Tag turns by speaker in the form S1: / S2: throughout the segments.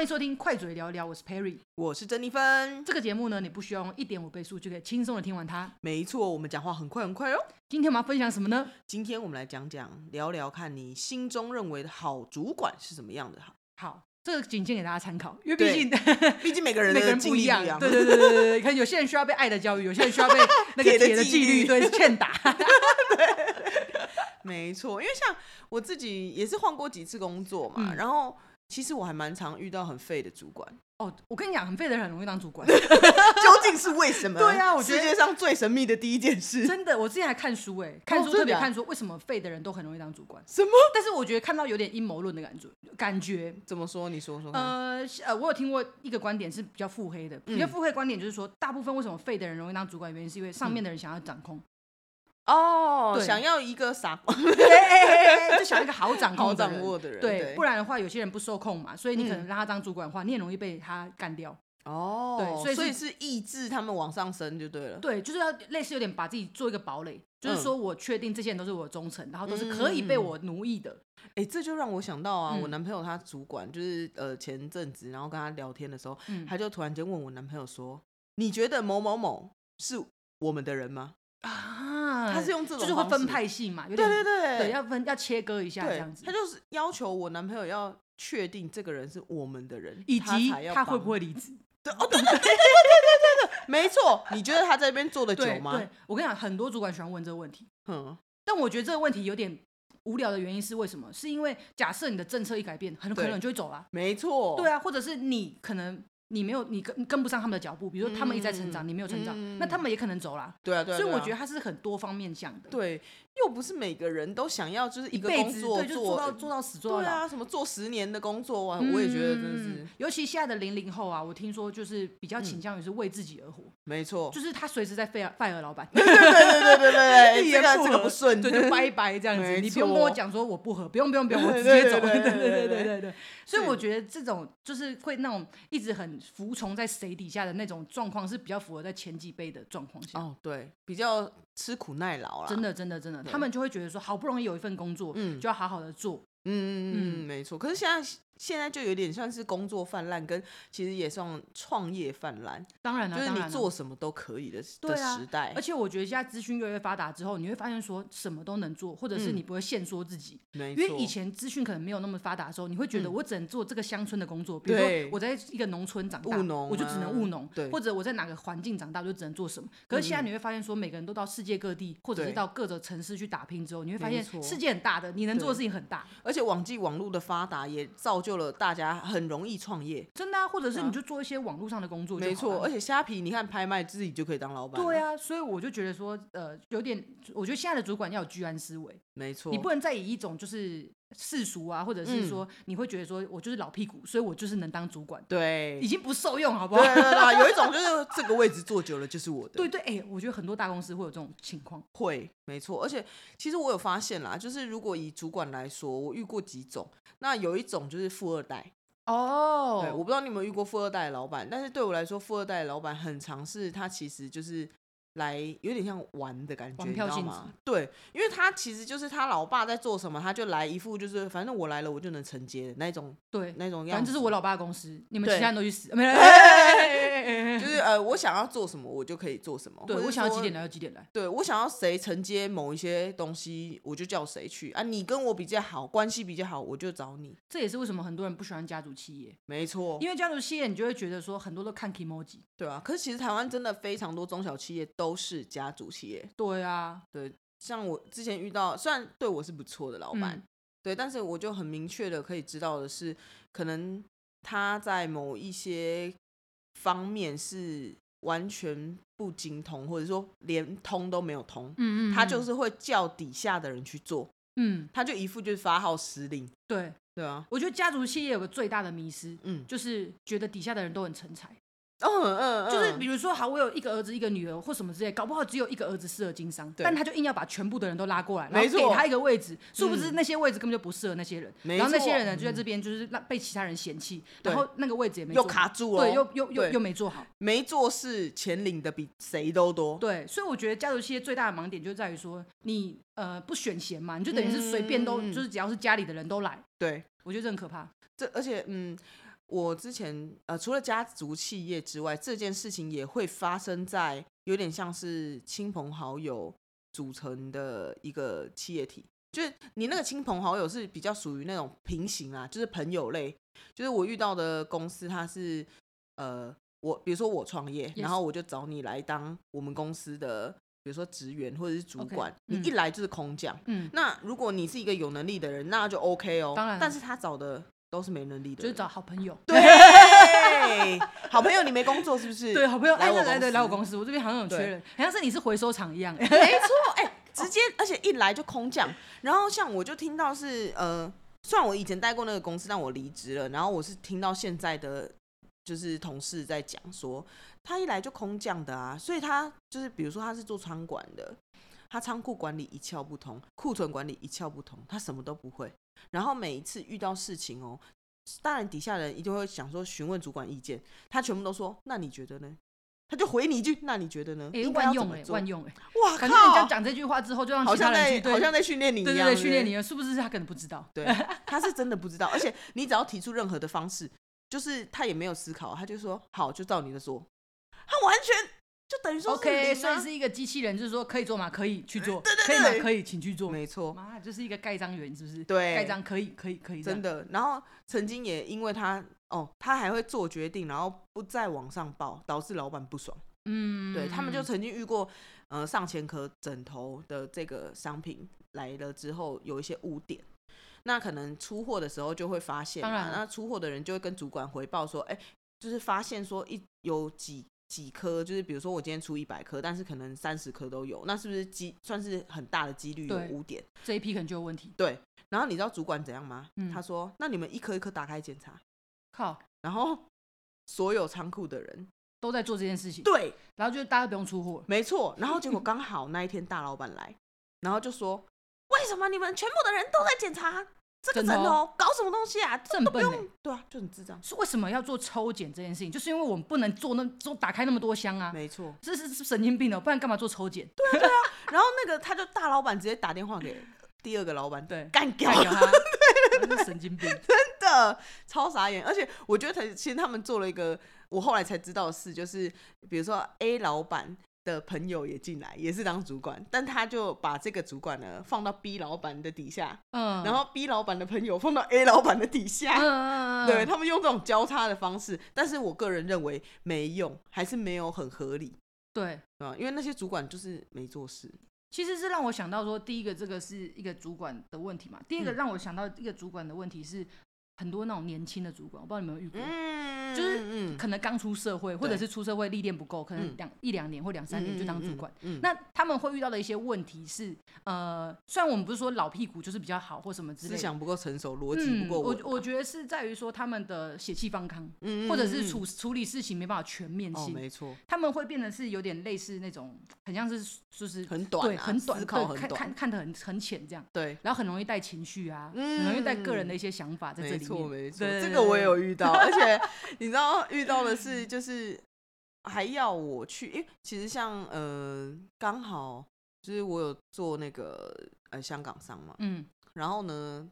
S1: 迎收听《快嘴聊聊》，我是 Perry。
S2: 我是珍妮芬。
S1: 这个节目呢，你不需要用一点五倍速就可以轻松的听完它。
S2: 没错，我们讲话很快很快哦。
S1: 今天我们要分享什么呢？
S2: 今天我们来讲讲聊聊看你心中认为的好主管是怎么样的哈。
S1: 好，这个仅限给大家参考，因为毕
S2: 对
S1: 竟
S2: 毕竟每个人
S1: 每个
S2: 的
S1: 人
S2: 经
S1: 不
S2: 历
S1: 一样。
S2: 样，
S1: 对对对对对对，可能有些人需要被爱的教育，有些人需要被那个
S2: 铁的
S1: 铁的
S2: 纪
S1: 纪律
S2: 律
S1: 对欠打。
S2: 没错。因为像我自己也是换过几次工作嘛，
S1: 嗯
S2: 然后其实我还蛮常遇到很废的主 管，
S1: 哦，我跟你讲，很废的人很容易当主管，
S2: 究竟是为什么？
S1: 对啊我觉
S2: 世
S1: 得
S2: 界上最神秘的第一件事，
S1: 真的。我之前还看书哎、看书
S2: 真的
S1: 特别
S2: 啊
S1: 看书，为什么废的人都很容易当主管？
S2: 什么？
S1: 但是我觉得看到有点阴谋论的感觉，感觉。
S2: 怎么说？你说说看。
S1: 呃呃，我有听过一个观点是比较腹黑的，比较
S2: 嗯
S1: 腹黑的观点就是说，大部分为什么废的人容易当主管，原因是因为上面的人想要掌 控，
S2: 哦，
S1: 对
S2: 想要一个 傻瓜
S1: 哎哎哎哎就想要一个 好掌控
S2: 好
S1: 的
S2: 掌
S1: 人。
S2: 握的人，
S1: 对，不然的话，有些人不受控嘛，所以你可能
S2: 嗯
S1: 让他当主管的话，你很容易被他干掉。
S2: 哦，
S1: 对所以是
S2: 所以是抑制他们往上升就对了。
S1: 对，就是要类似有点把自己做一个堡垒，就是
S2: 嗯
S1: 说我确定这些人都是我的忠诚，然后都是可以被我奴役的。
S2: 哎、这就让我想到啊，我
S1: 嗯
S2: 男朋友他主管就是呃前阵子，然后跟他聊天的时候，
S1: 嗯
S2: 他就突然间问我男朋友说：“你觉得某某某是我们的人吗
S1: 啊
S2: 他是用这种
S1: 就是会
S2: 方
S1: 分
S2: 式
S1: 派系嘛，？”有
S2: 对
S1: 点
S2: 对对
S1: 对，要分要切割一下这
S2: 对
S1: 样子
S2: 他。就是要求我男朋友要确定这个人是我们的人，
S1: 以及
S2: 他才要
S1: 他会不
S2: 帮？
S1: 会离职？
S2: 没错，你觉得他在这边做的久
S1: 对
S2: 吗
S1: 对？，我跟你讲，很多主管喜欢问这个问题，
S2: 嗯，
S1: 但我觉得这个问题有点无聊的原因是为什么？是因为假设你的政策一改变，很有可
S2: 对哦
S1: 能你就会走啦。
S2: 没错，
S1: 对啊，或者是你可能你没有你跟跟不上他们的脚步，比如说他们一直在成长，
S2: 嗯
S1: 你没有成长，
S2: 嗯
S1: 那他们也可能走啦。
S2: 对啊，对啊，
S1: 所以我
S2: 对啊
S1: 觉得它是很多方面向的，
S2: 对，又不是每个人都想要就是
S1: 一
S2: 一个
S1: 辈
S2: 工
S1: 子
S2: 作
S1: 对，就做到做到死做到
S2: 对
S1: 老。
S2: 啊，什么做十年的工作啊，我也觉得真的是、嗯
S1: 嗯尤其现在的零零后啊，我听说就是比较倾向于是为自己而活，
S2: 没错，
S1: 就是他随时在 fire fire 老 板，
S2: 对对对对对
S1: 一
S2: 对，
S1: 言
S2: 这个
S1: 不
S2: 这个
S1: 合
S2: 不顺，
S1: 对， 就拜拜这样子。
S2: 没
S1: 你不用跟我
S2: 错
S1: 讲说我不合，不用不 用不用，我
S2: 对
S1: 直接
S2: 对
S1: 走。对
S2: 对
S1: 对
S2: 对
S1: 对对
S2: 对
S1: 对
S2: 对
S1: 对所以
S2: 是
S1: 我觉得这种就是会那种一直很服从在谁底下的那种状况，是比较符合在前几辈的状况下。
S2: 哦，对，比较吃苦耐劳啦，
S1: 真，的，真的，真的，他
S2: 对
S1: 们就会觉得说，好不容易有一份工作，
S2: 嗯
S1: 就要好好的做。
S2: 嗯嗯嗯，没错。可是现在现在就有点算是工作泛滥，跟其实也算创业泛滥，
S1: 当然了、
S2: 就
S1: 啊，
S2: 是
S1: 当然
S2: 你
S1: 啊
S2: 做什么都可以的
S1: 对
S2: 的
S1: 啊
S2: 时代
S1: 而，且我觉得现在资讯越来越发达之后，你会发现说什么都能做，或者是
S2: 嗯
S1: 你不会限缩自己。
S2: 没
S1: 因为以
S2: 错，
S1: 前资讯可能没有那么发达的时候，你会觉得
S2: 嗯
S1: 我只能做这个乡村的工作，比如说
S2: 对
S1: 我在一个农村长大，
S2: 务农
S1: 我就只能
S2: 啊
S1: 务农，
S2: 对嗯
S1: 或者我在哪个环境长大我就只能做什么。可是现在你会发现说，每个人都到世界各地，或者是
S2: 对
S1: 到各个城市去打拼之后，你会发
S2: 没
S1: 现
S2: 错
S1: 世界很大的，你能做的
S2: 对
S1: 事情很大，
S2: 而且网际网络的发达也造就了大家很容易创业，
S1: 真的啊。或者是你
S2: 啊
S1: 就做一些网络上的工作就好了，啊
S2: 没错。而且虾皮你看拍卖自己就可以当老板，
S1: 对，啊，所以我就觉得说，呃，有点，我觉得现在的主管要有居安思危，
S2: 没错
S1: 你。不能再以一种就是世俗啊，或者是
S2: 嗯
S1: 说你会觉得说我就是老屁股，所以我就是能当主管，
S2: 对
S1: 已经不受用，好不
S2: 对
S1: 好？
S2: 对对，有一种就是这个位置坐久了就是我的，
S1: 对对，哎、我觉得很多大公司会有这种情况。
S2: 会，没错。而且其实我有发现啦，就是如果以主管来说，我遇过几种。那有一种就是富二代，对，我
S1: 哦，
S2: 不知道你有没有遇过富二代的老板，但是对我来说，富二代的老板很常是他其实就是来有点像玩的感觉，
S1: 玩
S2: 你知
S1: 票
S2: 道
S1: 性质
S2: 吗？对，因为他其实就是他老爸在做什么，他就来一副就是反正我来了我就能承接的那一种
S1: 对，
S2: 那种
S1: 反
S2: 样
S1: 正
S2: 子，
S1: 这是我老爸的公司，你们
S2: 对
S1: 其他人都去 死，没有。哎哎哎哎哎哎
S2: 就是呃，我想要做什么我就可以做什么，
S1: 对
S2: 或者
S1: 我想要
S2: 说
S1: 几点来就几点来，
S2: 对我想要谁承接某一些东西，我就叫谁去啊。你跟我比较好，关系比较好，我就找你。
S1: 这也是为什么很多人不喜欢家族企业，
S2: 没错，
S1: 因为家族企业你就会觉得说很多都看 emoji。
S2: 对啊。可是其实台湾真的非常多中小企业都是家族企业，
S1: 对啊，
S2: 像我之前遇到，虽然对我是不错的老板，
S1: 嗯
S2: 对，但是我就很明确的可以知道的是，可能他在某一些方面是完全不精通，或者说连通都没有通，
S1: 嗯嗯，
S2: 他
S1: 嗯
S2: 就是会叫底下的人去做，
S1: 嗯，
S2: 他就一副就是发号施令，
S1: 对，
S2: 对啊。
S1: 我觉得家族企业有个最大的迷失，
S2: 嗯，
S1: 就是觉得底下的人都很成才，
S2: 嗯嗯，
S1: 就是
S2: 嗯
S1: 比如说，好，我有一个儿子，一个女儿或什么之类，搞不好只有一个儿子适合经商，
S2: 对
S1: 但他就硬要把全部的人都拉过来，然
S2: 没
S1: 后
S2: 错
S1: 给他一个位置，殊不知
S2: 嗯
S1: 那些位置根本就不适合那些人，
S2: 没
S1: 然后那
S2: 错嗯
S1: 些人呢就在这边就是让被其他人嫌弃，
S2: 对
S1: 然后那个位置也没
S2: 又
S1: 坐好
S2: 卡住了，
S1: 对，又又又
S2: 对
S1: 又没做好，
S2: 没做事，钱领的比谁都多。
S1: 对，所以我觉得家族企业最大的盲点就在于说，你呃不选贤嘛，你就等于是随便都、
S2: 嗯
S1: 就是只要是家里的人都来，
S2: 对，
S1: 我觉得这很可怕。
S2: 这而且嗯，我之前呃，除了家族企业之外，这件事情也会发生在有点像是亲朋好友组成的一个企业体。就是你那个亲朋好友是比较属于那种平行啊，就是朋友类。就是我遇到的公司，它是呃，我比如说我创业
S1: Yes
S2: 然后我就找你来当我们公司的，比如说职员或者是主
S1: OK，
S2: 管
S1: 嗯
S2: 你一来就是空降。
S1: 嗯，
S2: 那如果你是一个有能力的人，那就 OK 哦。
S1: 当然
S2: 但是他找的都是没能力的人，
S1: 就是找好朋友。
S2: 对，好朋友你没工作是不是？
S1: 对，好朋友
S2: 来
S1: 哎，
S2: 我
S1: 那来对
S2: 公司
S1: 来我公司，我这边好像有缺
S2: 对
S1: 人，好像是你是回收厂一样。
S2: 没错，哎、直接而且一来就空降。然后像我就听到是呃，虽然我以前待过那个公司，但我离职了，然后我是听到现在的。就是同事在讲说，他一来就空降的啊，所以他就是比如说他是做仓管的，他仓库管理一窍不通，库存管理一窍不通，他什么都不会。然后每一次遇到事情哦，当然底下人一定会想说询问主管意见，他全部都说那你觉得呢？他就回你一句那你觉得呢？
S1: 哎，
S2: 应该要
S1: 万
S2: 怎
S1: 用
S2: 么
S1: 哎，
S2: 做？
S1: 万用哎，
S2: 哇
S1: 感觉你这样
S2: 啊靠！
S1: 讲这句话之后，就让
S2: 好
S1: 其他
S2: 像
S1: 人去
S2: 在
S1: 对
S2: 好像在训练你一
S1: 对
S2: 样，
S1: 对对
S2: 不
S1: 训练你。了，是不是他可能不知道？
S2: 对，他是真的不知道，而且你只要提出任何的方式，就是他也没有思考，他就说好，就照你的说，他完全就等于说是
S1: OK，
S2: 零
S1: 所
S2: 啊
S1: 以是一个机器人，就是说可以做吗？可以去做，
S2: 对对
S1: 可以吗
S2: 对？
S1: 可以，请去做。
S2: 没错，
S1: 妈，就是一个盖章员，是不是？
S2: 对
S1: 盖章可以，可以，可以，
S2: 真
S1: 的。
S2: 的。然后曾经也因为他哦，他还会做决定，然后不再往上报，导致老板不爽。
S1: 嗯，
S2: 对他们就
S1: 嗯
S2: 曾经遇过，呃，上千颗枕头的这个商品来了之后有一些污点，那可能出货的时候就会发现嘛，
S1: 当然了
S2: 那出货的人就会跟主管回报说，哎、就是发现说一有几几颗，就是比如说我今天出一百颗，但是可能三十颗都有，那是不是几算是很大的几率有
S1: 对
S2: 污点？
S1: 这一批可能就有问题。
S2: 对。然后你知道主管怎样吗？
S1: 嗯
S2: 他说，那你们一颗一颗打开检查，
S1: 靠，
S2: 然后所有仓库的人
S1: 都在做这件事情，
S2: 对
S1: 然后就大家不用出货。
S2: 没错，然后结果刚好那一天大老板来，然后就说：“为什么你们全部的人都在检查这个
S1: 枕
S2: 枕
S1: 头
S2: 头，搞什么东西啊？这
S1: 哦这很
S2: 都不
S1: 笨
S2: 用。
S1: 欸
S2: 对啊，就很智障。
S1: 是为什么要做抽检这件事情？就是因为我们不能做那做打开那么多箱啊，
S2: 没错，
S1: 这是是神经病哦，不然干嘛做抽检？
S2: 然后那个他就大老板直接打电话给第二个老板，
S1: 对，
S2: 干掉
S1: 干掉
S2: 了，
S1: 他，他 是神经病。
S2: 真的超傻眼。而且我觉得他其实他们做了一个我后来才知道的事，就是比如说 A 老板。的朋友也进来，也是当主管，但他就把这个主管呢放到 B 老板的底下，
S1: 嗯，
S2: 然后 B 老板的朋友放到 A 老板的底下，
S1: 嗯嗯嗯，嗯
S2: 对，他们用这种交叉的方式，但是我个人认为没用，还是没有很合理
S1: 对。
S2: 啊，因为那些主管就是没做事，
S1: 其实是让我想到说，第一个这个是一个主管的问题嘛，第二个
S2: 嗯
S1: 让我想到一个主管的问题是很多那种年轻的主管，我不知道你们有没有遇过，
S2: 嗯
S1: 就是
S2: 嗯
S1: 可能刚出社会，或者
S2: 对
S1: 是出社会历练不够，可
S2: 嗯
S1: 能两、一两年或两三年就当主管。，
S2: 嗯嗯嗯嗯
S1: 那他们会遇到的一些问题是，呃，虽然我们不是说老屁股就是比较好或什么之类
S2: 思
S1: 的，
S2: 想不够成熟，逻辑不
S1: 嗯，
S2: 够
S1: 我
S2: 稳
S1: 我
S2: 啊
S1: 觉得是在于说他们的血气方刚，
S2: 嗯嗯
S1: 或者是
S2: 嗯
S1: 处处理事情没办法全面
S2: 哦，
S1: 性，
S2: 没错，
S1: 他们会变得是有点类似那种，很像是就是
S2: 很短啊，
S1: 对很短，
S2: 思考
S1: 对
S2: 很
S1: 看
S2: 短，
S1: 看看得很很浅这样，
S2: 对。
S1: 然后很容易带情绪啊，
S2: 嗯
S1: 很容易带个人的一些想法在这
S2: 没
S1: 里
S2: 错，
S1: 面。
S2: 没错，
S1: 对
S2: 这
S1: 对
S2: 个我也
S1: 对
S2: 有遇到，而且 你知道遇到的是就是还要我去，因为其实像呃刚好就是我有做那个呃香港商嘛，
S1: 嗯
S2: 然后呢，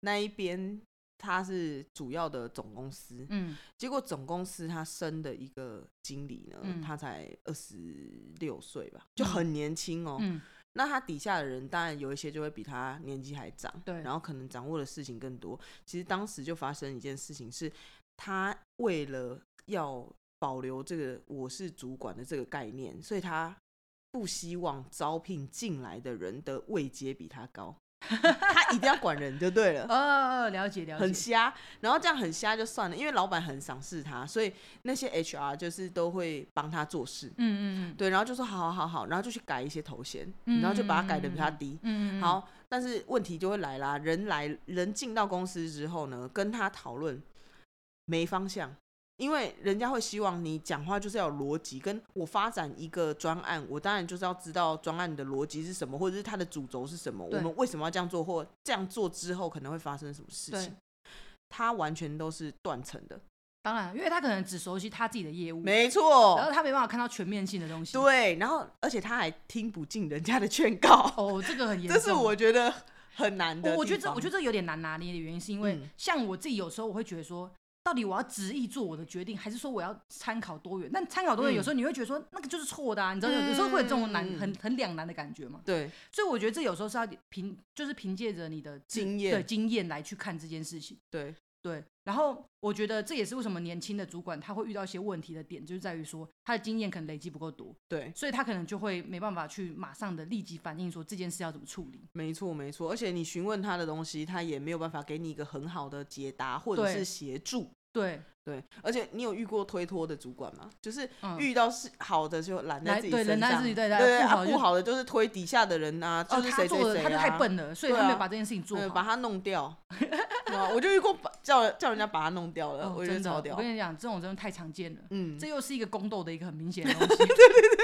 S2: 那一边他是主要的总公司，
S1: 嗯
S2: 结果总公司他升的一个经理呢，
S1: 嗯
S2: 他才二十六岁吧，就很年轻哦。
S1: 嗯，
S2: 那他底下的人当然有一些就会比他年纪还长，
S1: 对
S2: 然后可能掌握的事情更多。其实当时就发生一件事情是，他为了要保留这个我是主管的这个概念，所以他不希望招聘进来的人的位阶比他高， 他一定要管人就对了。
S1: 呃，了解了
S2: 很
S1: 解，
S2: 瞎，然后这样很瞎就算了，因为老板很赏识他，所以那些 HR 就是都会帮他做事，
S1: 嗯嗯嗯
S2: 对，然后就说好好好好，然后就去改一些头衔，然后就把它改的比他低，
S1: 嗯嗯，嗯，
S2: 好，但是问题就会来啦，人来人进到公司之后呢，跟他讨论没方向，因为人家会希望你讲话就是要有逻辑。跟我发展一个专案，我当然就是要知道专案的逻辑是什么，或者是它的主轴是什么，我
S1: 对
S2: 们为什么要这样做，或这样做之后可能会发生什么事
S1: 对
S2: 情。他完全都是断层的，
S1: 当然，因为他可能只熟悉他自己的业务，
S2: 没
S1: 然
S2: 错
S1: 后，他没办法看到全面性的东西。
S2: 对。然后，而且他还听不进人家的劝告，
S1: 哦，这 个很严
S2: 这
S1: 重。
S2: 是我觉得很难的
S1: 我我觉得
S2: 地
S1: 这
S2: 方
S1: 我觉得这有点难拿捏的原因，是因为
S2: 嗯
S1: 像我自己有时候我会觉得说，到底我要执意做我的决定，还是说我要参考多元？但参考多元，有时候你会觉得说那个就是错的啊，你知道有有时候会有这种难、
S2: 嗯
S1: 很很两难的感觉嘛。
S2: 对，
S1: 所以我觉得这有时候是要凭就是凭借着你的自
S2: 经验
S1: 对经验来去看这件事情。
S2: 对，
S1: 对，然后我觉得这也是为什么年轻的主管他会遇到一些问题的点，就是在于说他的经验可能累积不够多，
S2: 对，
S1: 所以他可能就会没办法去马上的立即反应说这件事要怎么处理。
S2: 没错，没错。而且你询问他的东西，他也没有办法给你一个很好的解答或者
S1: 对
S2: 是协助。
S1: 对，
S2: 对，而且你有遇过推脱的主管吗？就是
S1: 嗯，
S2: 遇到是好的就揽在
S1: 来
S2: 自己
S1: 对
S2: 身上，
S1: 揽在自己对
S2: 对
S1: 来
S2: 对
S1: 不好
S2: 啊
S1: 就
S2: 不好的就是推底下的人啊，
S1: 哦，
S2: 就是
S1: 他
S2: 谁谁
S1: 做
S2: 谁
S1: 的
S2: 啊，
S1: 他就太笨了，所以
S2: 对
S1: 他没
S2: 啊
S1: 有把这件事情做
S2: 嗯
S1: 好。
S2: 把他弄掉。对啊我就遇过把叫叫人家把他弄掉了，
S1: 哦
S2: 我觉得
S1: 真的，
S2: 超
S1: 我
S2: 屌。
S1: 跟你讲，这种真的太常见了。
S2: 嗯
S1: 这，又是一个宫斗的一个很明显的东西，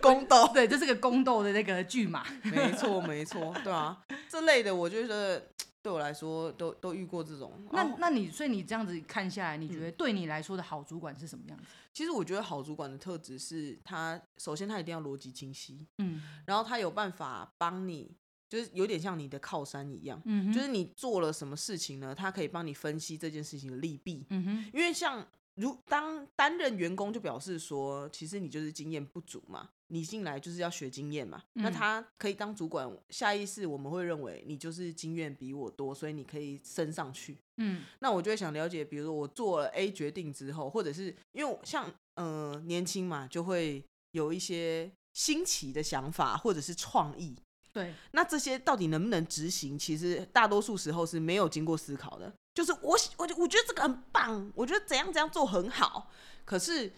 S2: 公道，
S1: 对，这是个宫斗的那个剧嘛。
S2: 没错没错，对啊，这类的我觉得对我来说都都遇过这种。
S1: 那
S2: 然后
S1: 那你所以你这样子看下来，你觉得
S2: 嗯
S1: 对你来说的好主管是什么样子？
S2: 其实我觉得好主管的特质是他首先他一定要逻辑清晰，
S1: 嗯
S2: 然后他有办法帮你，就是有点像你的靠山一样，
S1: 嗯哼，
S2: 就是你做了什么事情呢，他可以帮你分析这件事情的利弊。
S1: 嗯哼，
S2: 因为像如当担任员工，就表示说，其实你就是经验不足嘛，你进来就是要学经验嘛。那
S1: 嗯
S2: 他可以当主管，下意识我们会认为你就是经验比我多，所以你可以升上去。
S1: 嗯
S2: 那我就会想了解，比如说我做了 A 决定之后，或者是因为我像呃年轻嘛，就会有一些新奇的想法或者是创意。
S1: 对，
S2: 那这些到底能不能执行，其实大多数时候是没有经过思考的。就是我喜，我就我觉得这个很棒，我觉得怎样怎样做很好。可是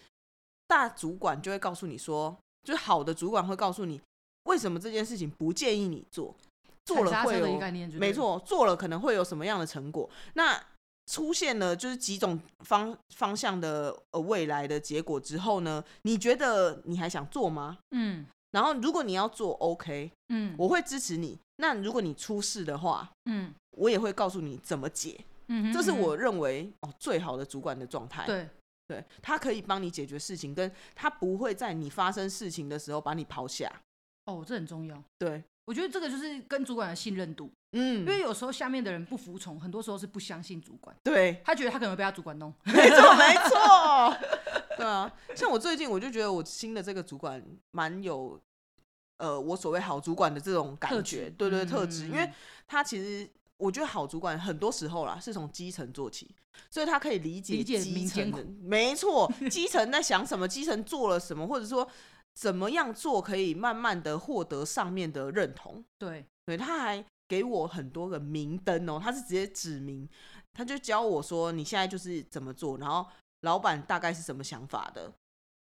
S2: 大主管就会告诉你说，就是好的主管会告诉你，为什么这件事情不建议你做，做
S1: 踩
S2: 了
S1: 刹
S2: 会
S1: 车的一
S2: 有
S1: 个概念就对
S2: 没
S1: 了，
S2: 错，做了可能会有什么样的成果？那出现了就是几种方方向的呃未来的结果之后呢？你觉得你还想做吗？
S1: 嗯
S2: 然后如果你要做，OK，
S1: 嗯
S2: 我会支持你。那如果你出事的话，
S1: 嗯
S2: 我也会告诉你怎么解。
S1: 嗯哼，
S2: 这是
S1: 嗯哼
S2: 我认为哦最好的主管的状态。
S1: 对
S2: 对，他可以帮你解决事情，跟他不会在你发生事情的时候把你抛下。
S1: 哦，这很重要。
S2: 对，
S1: 我觉得这个就是跟主管的信任度，
S2: 嗯
S1: 因，为有时候下面的人不服从，很多时候是不相信主管，
S2: 对，
S1: 他觉得他可能会被他主管弄。
S2: 没错，没错。对啊，像我最近我就觉得我新的这个主管蛮有，呃，我所谓好主管的这种感
S1: 特
S2: 觉
S1: 质，
S2: 对对
S1: 嗯
S2: 特质，
S1: 嗯
S2: 因为
S1: 嗯
S2: 他其实我觉得好主管很多时候啦是从基层做起，所以他可以理解
S1: 理解
S2: 基
S1: 民间
S2: 层的，没 错，基层在想什么，基层做了什么，或者说怎么样做可以慢慢的获得上面的认同，
S1: 对，
S2: 对，他还给我很多个明灯哦，他是直接指明，他就教我说你现在就是怎么做，然后老板大概是什么想法的，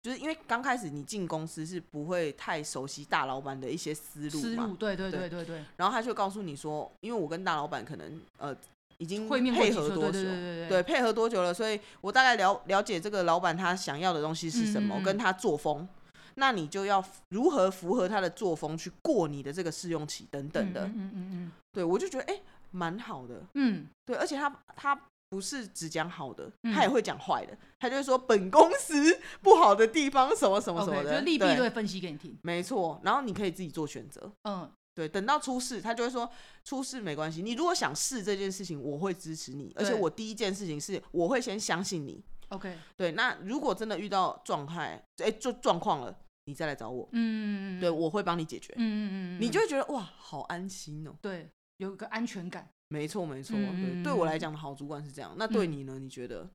S2: 就是因为刚开始你进公司是不会太熟悉大老板的一些思路
S1: 思
S2: 嘛，
S1: 路，对对
S2: 对
S1: 对对对，
S2: 然后他就告诉你说，因为我跟大老板可能呃已经
S1: 会面过
S2: 配
S1: 几
S2: 合
S1: 次
S2: 多久，
S1: 对对对对
S2: 对，配合多久了，所以我大概了了解这个老板他想要的东西是什么，
S1: 嗯嗯嗯
S2: 跟他作风，那你就要如何符合他的作风去过你的这个试用期等等的。
S1: 嗯嗯嗯
S2: 对我就觉得哎，诶蛮、好的。
S1: 嗯
S2: 对，而且他他不是只讲好的，
S1: 嗯
S2: 他也会讲坏的。他就会说本公司不好的地方什么什
S1: 嗯
S2: 么什么
S1: ，OK，
S2: 的，
S1: 就利弊
S2: 对
S1: 都会分析给你听。
S2: 没错。然后你可以自己做选择。
S1: 嗯，
S2: 对，等到出事，他就会说出事没关系。你如果想试这件事情，我会支持你，而且
S1: 对
S2: 我第一件事情是我会先相信你。
S1: OK，
S2: 对，那如果真的遇到状态，哎、就状况了，你再来找我，
S1: 嗯，
S2: 对
S1: 嗯
S2: 我会帮你解决。
S1: 嗯嗯，
S2: 你就
S1: 嗯
S2: 会觉得哇，好安心哦、
S1: 对有一个安全感。
S2: 没错，没错，对，
S1: 嗯
S2: 对我
S1: 嗯
S2: 来讲的好主管是这样。那对
S1: 嗯
S2: 你呢？你觉得？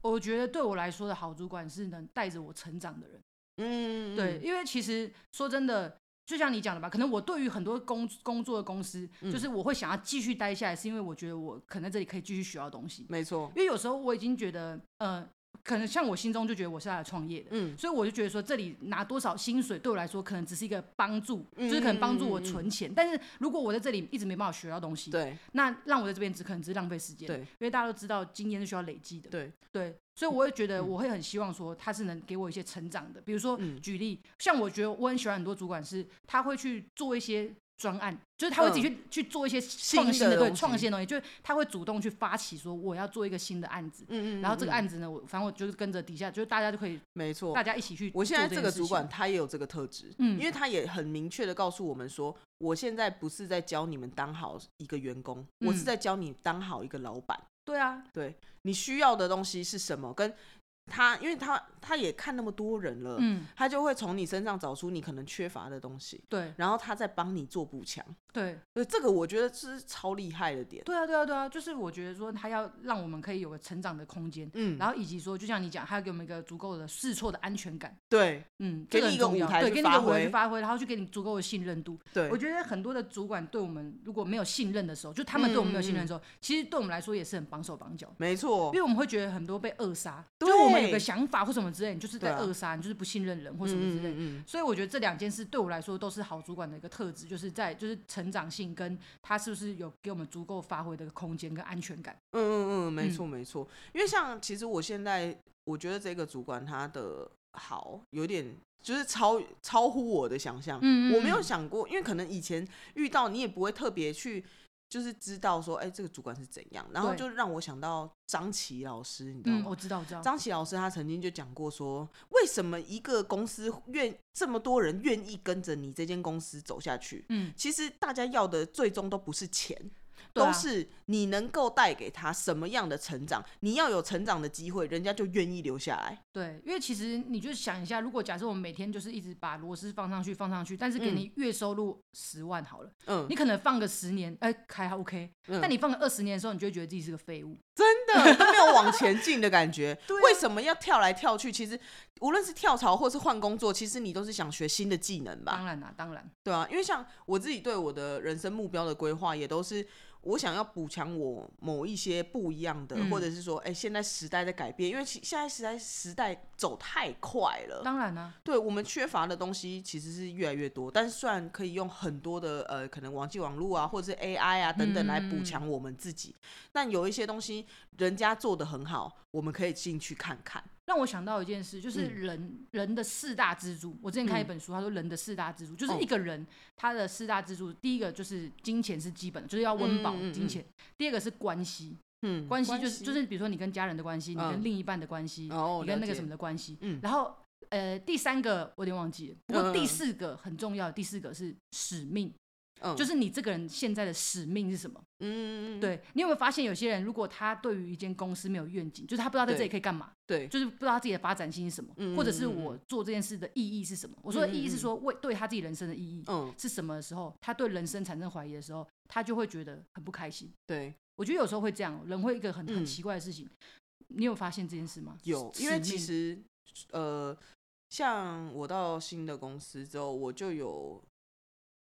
S1: 我觉得对我来说的好主管是能带着我成长的人。
S2: 嗯，
S1: 对，，因为其实说真的，就像你讲的吧，可能我对于很多工工作的公司，
S2: 嗯
S1: 就是我会想要继续待下来，是因为我觉得我可能在这里可以继续学到东西。
S2: 没错
S1: 因，为有时候我已经觉得，呃，可能像我心中就觉得我是来创业的。
S2: 嗯，
S1: 所以我就觉得说，这里拿多少薪水对我来说可能只是一个帮助，
S2: 嗯
S1: 就是可能帮助我存钱。但是如果我在这里一直没办法学到东西，
S2: 对
S1: 那让我在这边只可能只是浪费时间。
S2: 对
S1: 因为大家都知道经验是需要累积的。
S2: 对，
S1: 对，所以我会觉得
S2: 嗯
S1: 我会很希望说他是能给我一些成长的，比如说
S2: 嗯
S1: 举例，像我觉得我很喜欢很多主管是他会去做一些专案，就是他会自己去、去做一些创新
S2: 嗯的
S1: 的对
S2: 东
S1: 创
S2: 西
S1: 新的东西，就是他会主动去发起说我要做一个新的案子，
S2: 嗯嗯。
S1: 然后这个
S2: 嗯
S1: 案子呢，我反正我就是跟着底下，就是大家就可以
S2: 没错
S1: 大，家一起去。
S2: 我现在这个主管，他也有这个特质，
S1: 嗯
S2: 因为他也很明确的告诉我们说，我现在不是在教你们当好一个员工，我是
S1: 嗯
S2: 在教你当好一个老板。
S1: 对啊，
S2: 你需要的东西是什么，跟他，因为他他也看那么多人了，
S1: 嗯，
S2: 他就会从你身上找出你可能缺乏的东西，
S1: 对
S2: 然后他再帮你做补强。
S1: 对
S2: 对，这个我觉得是超厉害的点。
S1: 对啊对啊对啊，就是我觉得说他要让我们可以有个成长的空间，
S2: 嗯，
S1: 然
S2: 后
S1: 后以及说，就像你讲，他要给我们一个足够的试错的安全感，
S2: 对
S1: 嗯，
S2: 给
S1: 这个很
S2: 你一个
S1: 重
S2: 舞
S1: 要
S2: 台
S1: 对，
S2: 去
S1: 给你一
S2: 发
S1: 个舞台
S2: 挥
S1: 去发挥，然后去给你足够的信任度。
S2: 对，
S1: 我觉得很多的主管对我们如果没有信任的时候，就他们对我们没有信任
S2: 嗯
S1: 的时候，其实对我们来说也是很绑手绑脚的。
S2: 没错
S1: 因，为我们会觉得很多被扼杀，就
S2: 对
S1: 是我们有个想法或什么之类，你就是
S2: 对
S1: 在
S2: 啊
S1: 扼杀，你就是不信任人或什么之类。
S2: 嗯嗯
S1: 所以我觉得这两件事对我来说都是好主管的一个特质，就是在就是成长性跟他是不是有给我们足够发挥的空间跟安全感。
S2: 嗯嗯嗯，没错没错。因为像其实我现在我觉得这个主管他的好有点就是超超乎我的想象，
S1: 嗯
S2: 我没有想过，因为可能以前遇到你也不会特别去。就是知道说，哎、这个主管是怎样，然后
S1: 对
S2: 就让我想到张琪老师，你知道
S1: 嗯，
S2: 吗？
S1: 我知道，我知道，
S2: 张琪老师他曾经就讲过说，为什么一个公司愿这么多人愿意跟着你这间公司走下去？
S1: 嗯，
S2: 其实大家要的最终都不是钱，
S1: 对啊
S2: 都是你能够带给他什么样的成长。你要有成长的机会，人家就愿意留下来。
S1: 对，因为其实你就想一下，如果假设我们每天就是一直把螺丝放上去放上去，但是给
S2: 嗯
S1: 你月收入十万好了，
S2: 嗯
S1: 你，可能放个十年，哎、还还 OK，、
S2: 嗯
S1: 但你放个二十年的时候，你就会觉得自己是个废物。
S2: 真的都没有往前进的感觉。
S1: 对啊
S2: 为什么要跳来跳去？其实无论是跳槽或是换工作，其实你都是想学新的技能吧
S1: 当？然啦、当然，
S2: 对啊，因为像我自己对我的人生目标的规划，也都是我想要补强我某一些不一样的，
S1: 嗯
S2: 或者是说，哎、现在时代在改变，因为其现在时代时代走太快了，
S1: 当然啦、啊
S2: 对我们缺乏的东西其实是越来越多。但是虽然可以用很多的呃，可能网际网络啊，或者是 AI 啊等等来补
S1: 嗯
S2: 强我们自己，但有一些东西人家做的很好，我们可以进去看看。
S1: 让我想到一件事，就是
S2: 嗯
S1: 人、人的四大支柱。我之前看一
S2: 嗯
S1: 本书，他说人的四大支柱就是
S2: 哦
S1: 一个人、他的四大支柱，第一个就是金钱是基本的，就是要温饱、
S2: 嗯嗯嗯
S1: 金钱；第二个是关系，
S2: 嗯，
S1: 关系就是就是比如说你跟家人的关系，你跟
S2: 嗯
S1: 另一半的关系，
S2: 哦，
S1: 你跟那个什么
S2: 么，
S1: 的关系。
S2: 嗯
S1: 然后呃，第三个我有点忘记了，不过
S2: 嗯嗯
S1: 第
S2: 嗯
S1: 四个很重要，第四个是使命，
S2: 嗯，
S1: 就是是你这个人现在的使命是什么？
S2: 嗯，嗯嗯
S1: 对你有没有发现有些人，如果他对于一间公司没有愿景，就是他不知道在这里
S2: 对
S1: 可以干嘛，
S2: 对，
S1: 就是不知道他自己的发展性是什么，
S2: 嗯
S1: 或者是
S2: 嗯嗯
S1: 我做这件事的意义是什么。我说的意义是说为对他自己人生的意义
S2: 嗯，
S1: 是什么的时候，他对人生产生怀疑的时候，他就会觉得很不开心。
S2: 对。
S1: 我觉得有时候会这样，哦人会一个很很
S2: 嗯
S1: 奇怪的事情。你有发现这件事吗？
S2: 有，
S1: 使
S2: 因为其
S1: 命
S2: 实呃，像我到新的公司之后，我就有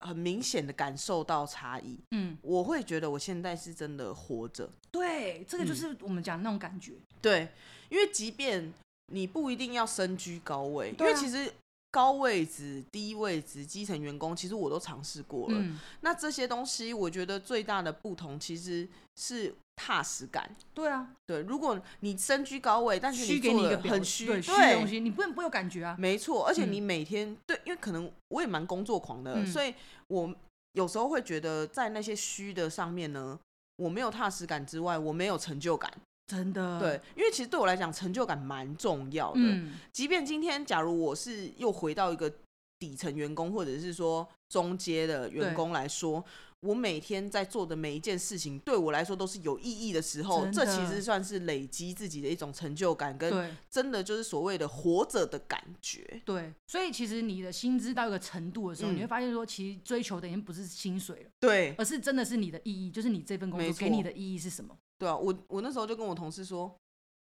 S2: 很明显的感受到差异。
S1: 嗯，
S2: 我会觉得我现在是真的活着，
S1: 对，这个就
S2: 嗯
S1: 是我们讲的那种感觉。
S2: 对，因为即便你不一定要身居高位，因
S1: 对
S2: 为
S1: 啊
S2: 其实高位置、低位置、基层员工，其实我都尝试过了。
S1: 嗯，
S2: 那这些东西，我觉得最大的不同其实是踏实感。
S1: 对啊，
S2: 对，如果你身居高位，但是
S1: 虚
S2: 你
S1: 给
S2: 做
S1: 你一个
S2: 的
S1: 表
S2: 很虚，
S1: 对
S2: 对，
S1: 虚的东西，你不能不有感觉啊。
S2: 没错，而且
S1: 嗯
S2: 你每天、对，因为可能我也蛮工作狂的，
S1: 嗯
S2: 所以我有时候会觉得在那些虚的上面呢，我没有踏实感之外，我没有成就感。
S1: 真的，
S2: 对，，因为其实对我来讲，成就感蛮重要的。
S1: 嗯，
S2: 即便今天假如我是又回到一个底层员工，或者是说中阶的员工来说，我每天在做的每一件事情，对我来说都是有意义的时候，
S1: 真
S2: 这
S1: 的
S2: 其实算是累积自己的一种成就感，跟
S1: 对
S2: 真的就是所谓的活着的感觉。
S1: 对，所以其实你的薪资到一个程度的时候，
S2: 嗯
S1: 你会发现说，其实追求的已经不是薪水了，
S2: 对，
S1: 而是真的是你的意义，就是你这份工作
S2: 没
S1: 给你
S2: 错
S1: 的意义是什么。
S2: 对啊，我我那时候就跟我同事说，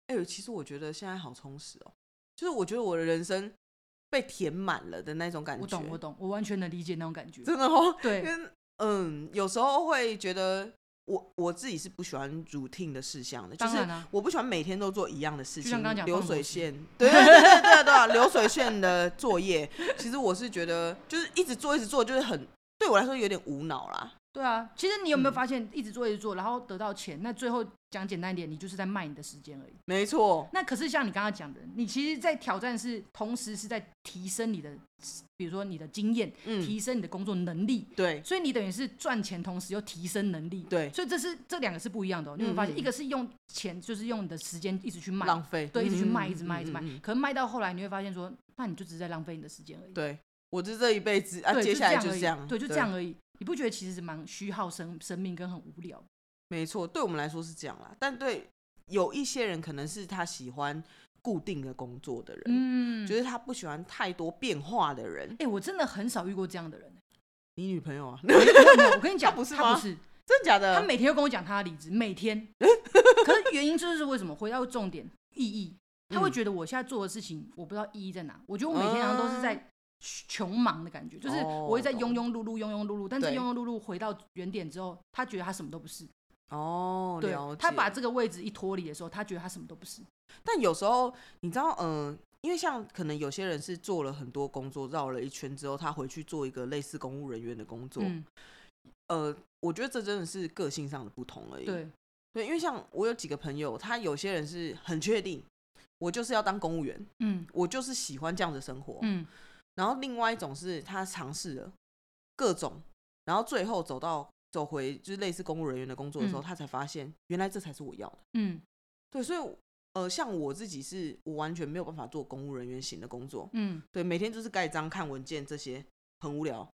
S2: 哎、呦，其实我觉得现在好充实哦，就是我觉得我的人生被填满了的那种感觉。
S1: 我懂，我懂，我完全能理解那种感觉。
S2: 真的哦，因
S1: 对，
S2: 为嗯，有时候会觉得我我自己是不喜欢 routine 的事项的，就
S1: 当
S2: 是
S1: 然啊啦、
S2: 我不喜欢每天都做一样的事
S1: 就
S2: 情，
S1: 像刚刚讲
S2: 流
S1: 放螺
S2: 水
S1: 丝
S2: 线，对对对对对对啊，流水线的作业，其实我是觉得就是一直做一直做，就是很对我来说有点无脑啦。
S1: 对啊。其实你有没有
S2: 嗯
S1: 发现，一直做一直做，然后得到钱，那最后讲简单一点，你就是在卖你的时间而已。
S2: 没错，
S1: 那可是像你刚刚讲的，你其实，在挑战是同时是在提升你的，比如说你的经验，
S2: 嗯，
S1: 提升你的工作能力，
S2: 对
S1: 所以你等于是赚钱，同时又提升能力。
S2: 对，
S1: 所以这是这两个是不一样的、哦。你有没有发现，
S2: 嗯嗯
S1: 一个是用钱，就是用你的时间一直去卖，
S2: 浪费，
S1: 对，一直去
S2: 嗯
S1: 卖，
S2: 嗯
S1: 一直卖，
S2: 嗯
S1: 一直卖
S2: 嗯嗯。
S1: 可能卖到后来，你会发现说，那你就只是在浪费你的时间而已。
S2: 对，我就这一辈子啊，
S1: 对，
S2: 接
S1: 就
S2: 下来
S1: 这
S2: 就
S1: 样而已
S2: 这样，
S1: 对，就这样，而已。你不觉得其实是蛮虚耗生生命跟很无聊？
S2: 没错，对我们来说是这样啦，但对有一些人可能是他喜欢固定的工作的人，
S1: 嗯，
S2: 就是他不喜欢太多变化的人
S1: 哎、。我真的很少遇过这样 的人、
S2: 你女朋友啊？
S1: 没有没有我跟你讲，
S2: 他不是
S1: 他
S2: 吗嗯
S1: 不是，
S2: 真的假的？
S1: 他每天都跟我讲他的离职，每 天。可是原因就是为什么？回到重点，意义，他会
S2: 嗯
S1: 觉得我现在做的事情，我不知道意义在哪。我觉得我每天好像都是在穷忙的感觉，就是
S2: 嗯哦
S1: 我会在庸
S2: 懂
S1: 庸碌碌、庸庸碌碌，但是
S2: 对
S1: 庸庸碌碌回到原点之后，他觉得他什么都不是。
S2: 哦，
S1: 对
S2: 了，解。
S1: 他把这个位置一脱离的时候，他觉得他什么都不是。
S2: 但有时候你知道，嗯、因为像可能有些人是做了很多工作，绕了一圈之后，他回去做一个类似公务人员的工作。
S1: 嗯，
S2: 呃，我觉得这真的是个性上的不同而已。
S1: 对，
S2: 对，因为像我有几个朋友，他有些人是很确定，我就是要当公务员，
S1: 嗯
S2: 我就是喜欢这样的生活。
S1: 嗯
S2: 然后另外一种是他尝试了各种，然后最后走到走回就是类似公务人员的工作的时候，
S1: 嗯
S2: 他才发现原来这才是我要的。
S1: 嗯
S2: 对，所以呃，像我自己是我完全没有办法做公务人员型的工作，
S1: 嗯
S2: 对，每天就是盖章、看文件这些，很无聊。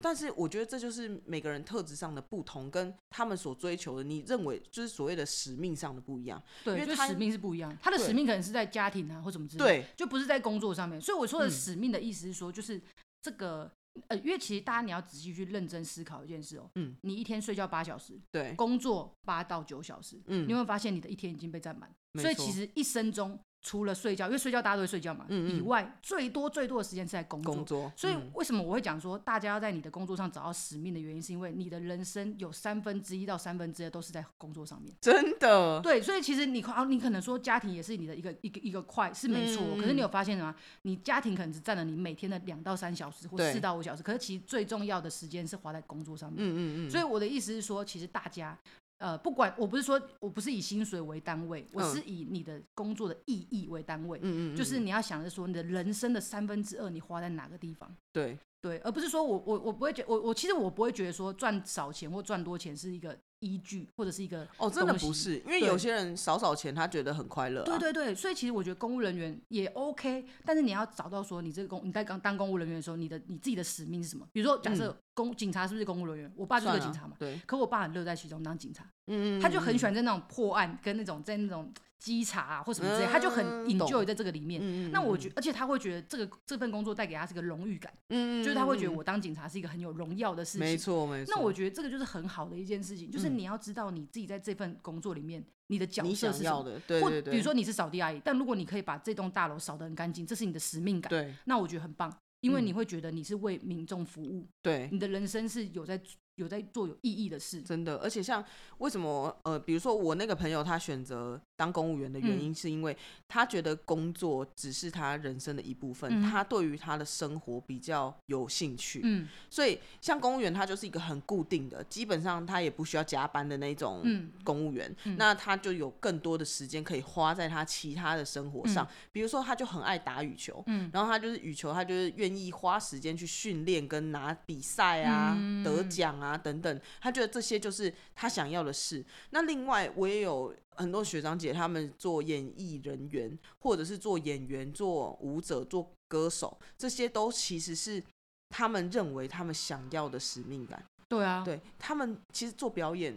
S2: 但是我觉得这就是每个人特质上的不同，跟他们所追求的，你认为就是所谓的使命上的不一样。因
S1: 对，
S2: 为
S1: 就
S2: 他
S1: 使命是不一样。他的
S2: 对
S1: 使命可能是在家庭啊，或什么之类的。
S2: 对，
S1: 就不是在工作上面。所以我说的
S2: 嗯
S1: 使命的意思是说，就是这个呃，因为其实大家你要仔细去认真思考一件事哦、
S2: 嗯，
S1: 你一天睡觉八小时，
S2: 对，
S1: 工作八到九小时，
S2: 嗯
S1: 你会发现你的一天已经被占满。
S2: 没
S1: 所以
S2: 错
S1: 其实一生中除了睡觉，因为睡觉大家都会睡觉嘛，
S2: 嗯嗯
S1: 以外最多最多的时间是在工作。
S2: 工作，
S1: 所以
S2: 嗯
S1: 为什么我会讲说，大家要在你的工作上找到使命的原因，是因为你的人生有三分之一到三分之二都是在工作上面。
S2: 真的，
S1: 对，所以其实你可啊，你可能说家庭也是你的一个一个一个块是没错，
S2: 嗯
S1: 可是你有发现什么？你家庭可能只占了你每天的两到三小时或
S2: 对
S1: 四到五小时，可是其实最重要的时间是花在工作上面。
S2: 嗯嗯嗯，
S1: 所以我的意思是说，其实大家。呃，不管我不是说我不是以薪水为单位，我
S2: 嗯
S1: 是以你的工作的意义为单位，
S2: 嗯嗯，
S1: 就是
S2: 嗯
S1: 你要想着说你的人生的三分之二你花在哪个地方，
S2: 对，
S1: 对，而不是说我我我不会觉我我其实我不会觉得说赚少钱或赚多钱是一个依据或者是一个
S2: 哦，真的
S1: 东西
S2: 不是，因为
S1: 对
S2: 有些人少少钱，他觉得很快乐、啊，
S1: 对对对，所以其实我觉得公务人员也 OK，但是你要找到说你这个公你在刚当公务人员的时候，你的你自己的使命是什么？比如说假设公、警察是不是公务人员？我爸就是
S2: 嗯算
S1: 个
S2: 了
S1: 警察嘛，
S2: 对，
S1: 可我爸很乐在其中当警察，
S2: 嗯嗯，
S1: 他就很喜
S2: 欢，
S1: 欢在那种破案跟那种在那种稽查啊或什么之类，他就很
S2: 嗯
S1: enjoy
S2: 懂
S1: 在这个里面。
S2: 嗯
S1: 那我觉
S2: 得，
S1: 而且他会觉得这个这份工作带给他是个荣誉感，
S2: 嗯
S1: 就是他会觉得
S2: 嗯嗯
S1: 我当警察是一个很有荣耀的事
S2: 嗯没
S1: 情。
S2: 错没错，
S1: 那我觉得这个就是很好的一件事情，就是
S2: 嗯
S1: 你要知道你自己在这份工作里面你的角
S2: 你
S1: 色
S2: 想
S1: 是什么
S2: 要。的，对
S1: 或
S2: 对对，
S1: 比如说你是扫地阿姨，但如果你可以把这栋大楼扫得很干净，这是你的使命感，
S2: 对
S1: 那我觉得很棒，因为
S2: 嗯
S1: 你会觉得你是为民众服务，
S2: 对，
S1: 你的人生是有在有在做有意义的事。
S2: 真的，而且像为什么呃，比如说我那个朋友，他选择当公务员的
S1: 嗯
S2: 原因，是因为他觉得工作只是他人生的一部分，
S1: 嗯
S2: 他对于他的生活比较有兴趣。
S1: 嗯
S2: 所以像公务员，他就是一个很固定的，基本上他也不需要加班的那种
S1: 嗯
S2: 公务员，
S1: 嗯
S2: 那他就有更多的时间可以花在他其他的生活上，比如说他就很爱打羽球。
S1: 嗯
S2: 然后他就是羽球，他就是愿意花时间去训练跟拿比赛啊、
S1: 嗯
S2: 得奖啊等等，他觉得这些就是他想要的事。那另外，我也有很多学长姐，他们做演艺人员，或者是做演员、做舞者、做歌手，这些都其实是他们认为他们想要的使命感。
S1: 对啊，
S2: 对他们其实做表演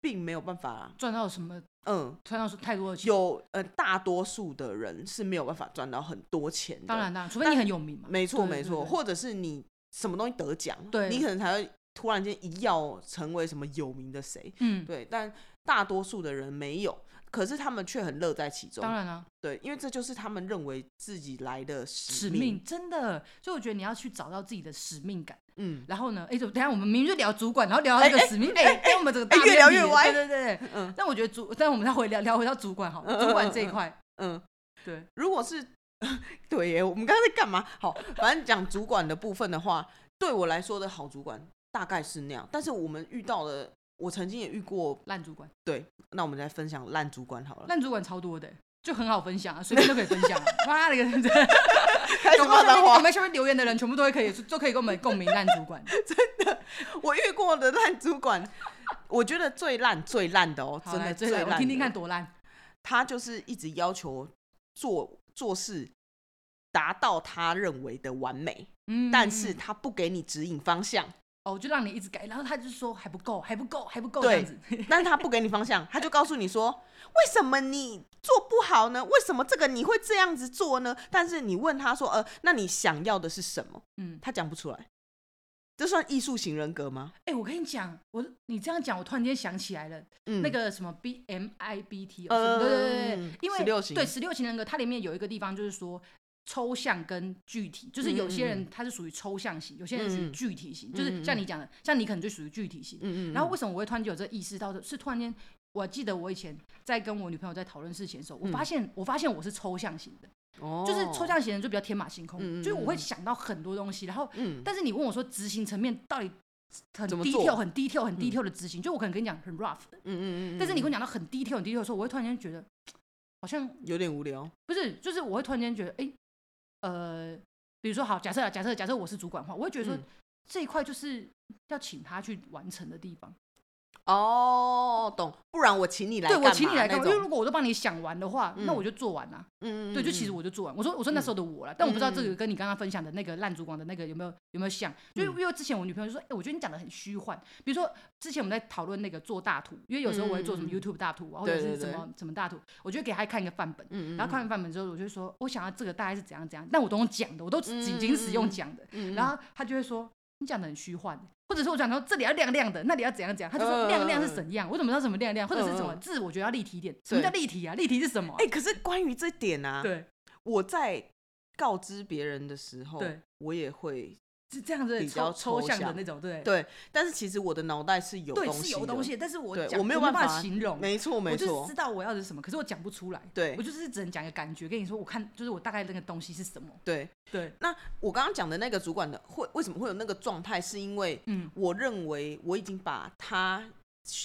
S2: 并没有办法，
S1: 赚到什么
S2: 嗯，
S1: 赚到太多的钱，
S2: 有呃大多数的人是没有办法赚到很多钱的。
S1: 当然当然，除非你
S2: 但
S1: 很有名嘛。
S2: 没
S1: 对
S2: 错没
S1: 对
S2: 错，
S1: 对
S2: 或者是你什么东西得奖，
S1: 对
S2: 你可能才会突然间一跃成为什么有名的谁，
S1: 嗯，
S2: 对，但大多数的人没有，可是他们却很乐在其中
S1: 当，然啊，
S2: 对，因为这就是他们认为自己来的使
S1: 使命真的，所以我觉得你要去找到自己的使命感。
S2: 嗯，
S1: 然后呢，哎，等一下我们明明就聊主管，然后聊到这个使命，哎，跟我们这个
S2: 哎
S1: 大
S2: 越聊
S1: 偏
S2: 越
S1: 题了
S2: 歪
S1: 对对对。
S2: 嗯
S1: 嗯，但我觉得主，但我们再回聊聊回到主管好了，主
S2: 嗯嗯
S1: 管这一
S2: 嗯
S1: 块，
S2: 嗯，
S1: 对。
S2: 如果是 对耶，我们刚刚在干嘛？好，反正讲主管的部分的话，对我来说的好主管大概是那样，但是我们遇到的，我曾经也遇过，
S1: 烂主管，
S2: 那我们来分享烂主管好 了，
S1: 烂主管超多的欸、就很好分享啊，随便都可以分 享、啊。妈的，真的，
S2: 开始
S1: 我们
S2: 骂
S1: 下
S2: 脏
S1: 面
S2: 话
S1: 我。们下面留言的人全部都会可以，都可以跟我们共鸣烂主 管。
S2: 我遇过的烂主管，我觉得最烂最烂的哦、
S1: 好，
S2: 真
S1: 来
S2: 的
S1: 最
S2: 最
S1: 烂
S2: 烂。
S1: 我听听看，多烂。
S2: 他就是一直要求做做事达到他认为的完美，
S1: 嗯
S2: 但是他不给你指引方向。
S1: 哦，就让你一直改，然后他就说还不够，还不够，还不够这
S2: 对
S1: 样子。
S2: 但是他不给你方向，他就告诉你说，为什么你做不好呢？为什么这个你会这样子做呢？但是你问他说，呃，那你想要的是什么？
S1: 嗯，
S2: 他讲不出来，这算艺术型人格吗？
S1: 哎、我跟你讲，我你这样讲，我突然间想起来了，
S2: 嗯，
S1: 那个什么 B M I B T，、哦
S2: 呃，
S1: 什么对对对对，因为
S2: 16型
S1: 对十六型人格，它里面有一个地方就是说。抽象跟具体，就是有些
S2: 嗯嗯
S1: 人他是属于抽象型，有些人属于具体型，
S2: 嗯
S1: 就是像你讲的，像你可能就属于具体型。
S2: 嗯嗯，
S1: 然后为什么我会突然就有这意识到的？是突然间，我记得我以前在跟我女朋友在讨论事情的时候，我
S2: 嗯
S1: 发现、我发现我是抽象型的，
S2: 哦
S1: 就是抽，象型人就比较天马行空，
S2: 嗯嗯
S1: 就是我会
S2: 嗯嗯
S1: 想到很多东西，然后
S2: 嗯，
S1: 但是你问我说执行层面到底很
S2: 怎么
S1: 低
S2: 做
S1: 调、很低调、很低调的执行，就我可能跟你讲很 rough，、
S2: 嗯嗯嗯，
S1: 但是你跟
S2: 嗯
S1: 我讲到很低调、很低调的时候，我会突然间觉得好像
S2: 有点无聊，
S1: 不是，就是我会突然间觉得，哎、呃，比如说好，假设啊假设假设我是主管的话，我会觉得说、
S2: 嗯
S1: 这一块就是要请他去完成的地方。
S2: 哦，懂，不然我请你来
S1: 对
S2: 干嘛，
S1: 我请你来干嘛？
S2: 那
S1: 因为
S2: 种
S1: 如果我都帮你想完的话，那
S2: 嗯
S1: 我就做完了、
S2: 嗯嗯，
S1: 对，就
S2: 嗯
S1: 其实
S2: 嗯
S1: 我就做完。我说我说那时候的我了，但我不知道这
S2: 嗯嗯嗯
S1: 个跟你刚刚分享的那个烂主管的那个有没有有没有像？就因为之前我女朋友就说，哎、我觉得你讲的很虚幻。比如说之前我们在讨论那个做大图，因为有时候我会做什么
S2: 嗯嗯嗯
S1: YouTube 大图啊，或
S2: 对
S1: 者
S2: 对
S1: 是什
S2: 对
S1: 么什么大图，我就会给她看一个范本。
S2: 嗯嗯，
S1: 然后看完范本之后，我就说，我想要这个大概是怎样怎样，但我都用讲的，我都只
S2: 嗯
S1: 仅仅使用
S2: 嗯嗯
S1: 讲的。
S2: 嗯，嗯
S1: 然后他就会说，你讲的很虚幻，欸或者是我讲说这里要亮亮的，那里要怎样怎样，他就说亮亮是怎样，我怎么知道什么亮亮，或者是什么
S2: 嗯嗯嗯
S1: 字，我觉得要立体一点。什么叫立体啊？立体是什么啊？
S2: 哎、可是关于这点啊，
S1: 对
S2: 我在告知别人的时候，
S1: 对，
S2: 我也会，
S1: 是这样子
S2: 哦比较
S1: 抽抽
S2: 抽
S1: 象的
S2: 象
S1: 那种，对
S2: 对但是其实我的脑袋是有
S1: 对
S2: 东西，
S1: 是有东，西的，但是我
S2: 对
S1: 讲
S2: 我没有
S1: 办
S2: 办法
S1: 形容，
S2: 没错
S1: 我
S2: 没
S1: 就是
S2: 错
S1: 知，道我要的是什么，可是我讲不出来，
S2: 对
S1: 我就是只能讲一个感觉跟你说，我看就是我大概那个东西是什么，
S2: 对。
S1: 对，
S2: 那我刚刚讲的那个主管的会为什么会有那个状态，是因为
S1: 嗯，
S2: 我认为我已经把他。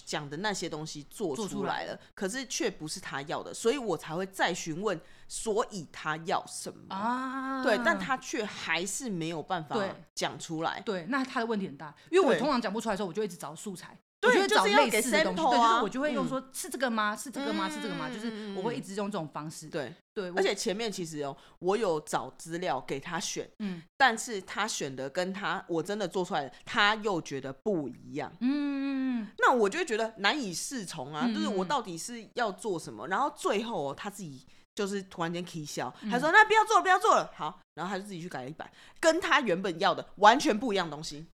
S2: 讲的那些东西做
S1: 做
S2: 出
S1: 出
S2: 来了，可是却不是他要的，所以我才会再询问，所以他要什么？
S1: 啊，
S2: 嗯对，但他却还是没有办法
S1: 对
S2: 讲出来。
S1: 对，那他的问题很大，因为我
S2: 对
S1: 通常讲不出来的时候，我就一直找素材，
S2: 对
S1: 我就会
S2: 就
S1: 找
S2: 是要
S1: 类
S2: 给
S1: 似的东西，
S2: sample
S1: 对，就是
S2: 啊
S1: 我就会用
S2: 嗯
S1: 说、是这个吗？是这个吗？是这个吗？就是我会一
S2: 嗯
S1: 直用这种方式，
S2: 对，
S1: 对，我
S2: 而且前面其实哦，我有找资料给他选，
S1: 嗯
S2: 但是他选的跟他我真的做出来的，他又觉得不一样，
S1: 嗯，
S2: 那我就会觉得难以适从啊，
S1: 嗯
S2: 就是我
S1: 嗯嗯
S2: 到底是要做什么？然后最后哦，他自己就是突然间 k 笑，他
S1: 嗯
S2: 说、那不要做了，不要做了，好，然后他就自己去改了一版，跟他原本要的完全不一样的东西，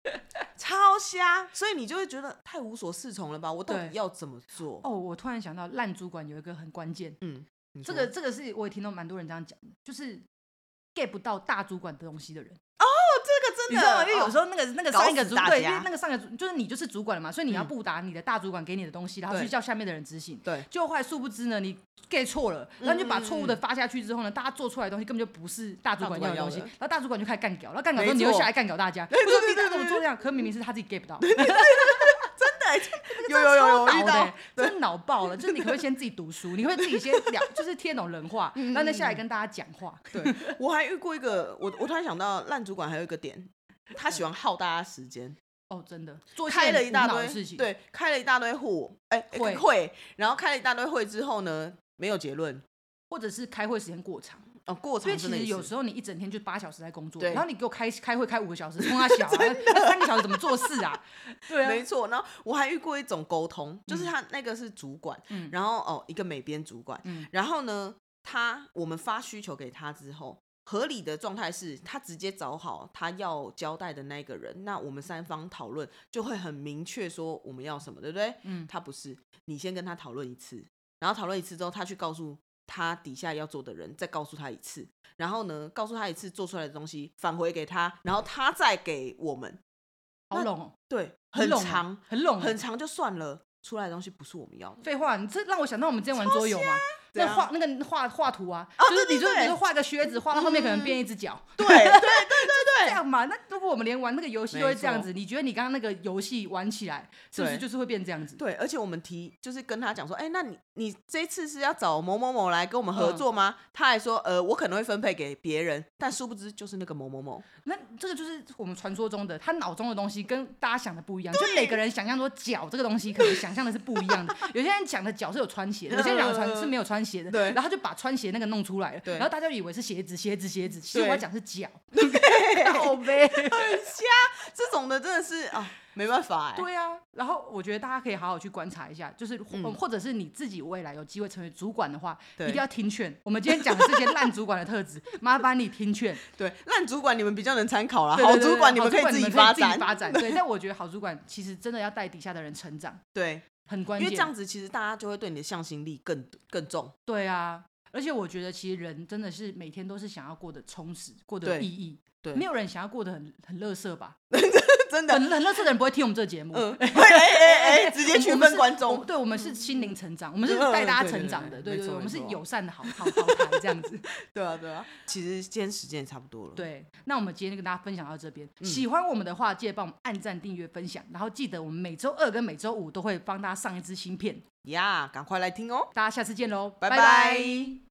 S2: 超瞎，所以你就会觉得太无所适从了吧？我到底
S1: 对
S2: 要怎么做？
S1: 哦，我突然想到烂主管有一个很关键，
S2: 嗯，你
S1: 这
S2: 说
S1: 个这个是我也听到蛮多人这样讲的，就是 get 不到大主管的东西的人。
S2: 这个真的，
S1: 你知道吗？因为
S2: 哦
S1: 有时候那个那个
S2: 搞
S1: 上一个
S2: 死
S1: 主
S2: 大
S1: 对，因
S2: 家
S1: 为那个上一个主就是你就是主管了嘛，所以你要
S2: 嗯
S1: 不达你的大主管给你的东西，然后
S2: 对
S1: 去叫下面的人执行。
S2: 对
S1: 就后来殊不知呢，你 get 错了，然后你就把
S2: 嗯嗯
S1: 错误的发下去之后呢，大家做出来的东西根本就不是大主管要的东西，
S2: 大主管要的
S1: 然后大主管就开始干掉，然后干掉之后
S2: 没
S1: 你又
S2: 错
S1: 下来干掉大家，我
S2: 对对
S1: 说
S2: 对
S1: 你
S2: 对
S1: 怎么
S2: 对
S1: 做这样？可明明是他自己 get 不到，
S2: 有有有有
S1: 脑
S2: 遇到
S1: 的，，真脑爆了。就是你可不可以先自己读书？你可不可以自己 先了，就是听懂人话，
S2: 嗯
S1: 然后再下来跟大家讲话。
S2: 对，我还遇过一个，我我突然想到，烂主管还有一个点，他喜欢耗大家时间，
S1: 哦，真的，做些
S2: 开了一
S1: 无
S2: 大
S1: 脑的
S2: 堆
S1: 事情，，
S2: 对，开了一大堆户，哎、哎
S1: 会
S2: 会，然后开了一大堆会之后呢，没有结论，
S1: 或者是开会时间过长。
S2: 哦，过
S1: 因
S2: 程
S1: 为其
S2: 真的
S1: 实有
S2: 候
S1: 时候你一整天就八小时在工作，
S2: 对
S1: 然后你给我开开会开五个 小时，冲他小、啊，那三个小时怎么做事啊？对啊，
S2: 没错，然后我还遇过一种沟通，就是他那个是主管，
S1: 嗯
S2: 然后哦一个美编主管，
S1: 嗯
S2: 然后呢，他我们发需求给他之后。合理的状态是他直接找好他要交代的那个人，那我们三方讨论就会很明确说我们要什么，对不对？
S1: 嗯，
S2: 他不是，你先跟他讨论一次，然后讨论一次之后，他去告诉他底下要做的人，再告诉他一次，然后呢，告诉他一次做出来的东西返回给他，然后他再给我们，
S1: 好拢哦，
S2: 对，很
S1: 拢哦
S2: 长，
S1: 很拢哦，
S2: 很长就算了，出来的东西不是我们要的，
S1: 废话，你这让我想到我们之前玩桌游嘛，那
S2: 怎
S1: 画那个画画图啊，
S2: 啊哦
S1: 就是
S2: 对
S1: 你
S2: 对
S1: 说
S2: 对嗯
S1: 你说画个靴子，画到后面可能变一只脚，
S2: 对对对
S1: 这样嘛？那如果我们连玩那个游戏都会这样
S2: 没
S1: 子，你觉得你刚刚那个游戏玩起来是不是
S2: 对
S1: 就是会变这样子？
S2: 对，而且我们提就是跟他讲说，哎、那你你这次是要找某某某来跟我们合作吗？他还说，呃，我可能会分配给别人，但殊不知就是那个某某某，
S1: 那这个就是我们传说中的，他脑中的东西跟大家想的不一样，就每个人想象说脚这个东西，可能想象的是不一样的。有些人讲的脚是有穿鞋的，有些人讲的穿是没有穿鞋的，
S2: 嗯对
S1: 然后他就把穿鞋那个弄出来了，
S2: 对
S1: 然后大家以为是鞋子，鞋子，鞋子，其实我
S2: 对
S1: 要讲是 脚， 好呗，
S2: 这种的真的是啊，没办法哎、
S1: 对啊，然后我觉得大家可以好好去观察一下，就是或、
S2: 嗯
S1: 或者是你自己未来有机会成为主管的话，一
S2: 对
S1: 定要听劝。我们今天讲的这些烂主管的特质，麻烦你听劝。
S2: 对，烂主管你们比较能参考啦，
S1: 对对
S2: 啊好
S1: 对
S2: 主管
S1: 对
S2: 们可
S1: 好
S2: 以自
S1: 主
S2: 己
S1: 管
S2: 发
S1: 你们可以自己
S2: 展。
S1: 发展。 对，但我觉得好主管其实真的要带底下的人成长，
S2: 对，
S1: 很关
S2: 因为
S1: 键。
S2: 这样子其实大家就会对你的向心力更更 重。
S1: 对啊，而且我觉得其实人真的是每天都是想要过得充实，过得有
S2: 对
S1: 意义。
S2: 对
S1: 没有人想要过得很很乐色 吧？
S2: 真的，
S1: 很很乐色的人不会听我们这个节目。
S2: 嗯，哎哎 哎哎，直接
S1: 我
S2: 区
S1: 们
S2: 分
S1: 是
S2: 观
S1: 我
S2: 众。
S1: 对，我们是心灵成长，我们
S2: 嗯
S1: 是带大家
S2: 对对
S1: 成
S2: 对
S1: 长的，对
S2: 对没
S1: 对，
S2: 错
S1: 我们
S2: 没
S1: 是
S2: 错
S1: 友善的好好好谈这样 子。
S2: 对啊，对啊。其实今天时间也差不多了。，
S1: 对，那我们今天就跟大家分享到这
S2: 嗯
S1: 边。喜欢我们的话，记得帮我们按赞、订阅、分享，然后记得我们每周二跟每周五都会帮大家上一支新片。
S2: 呀，赶快来听哦。
S1: 大家下次见喽，
S2: 拜
S1: 拜
S2: 拜
S1: 拜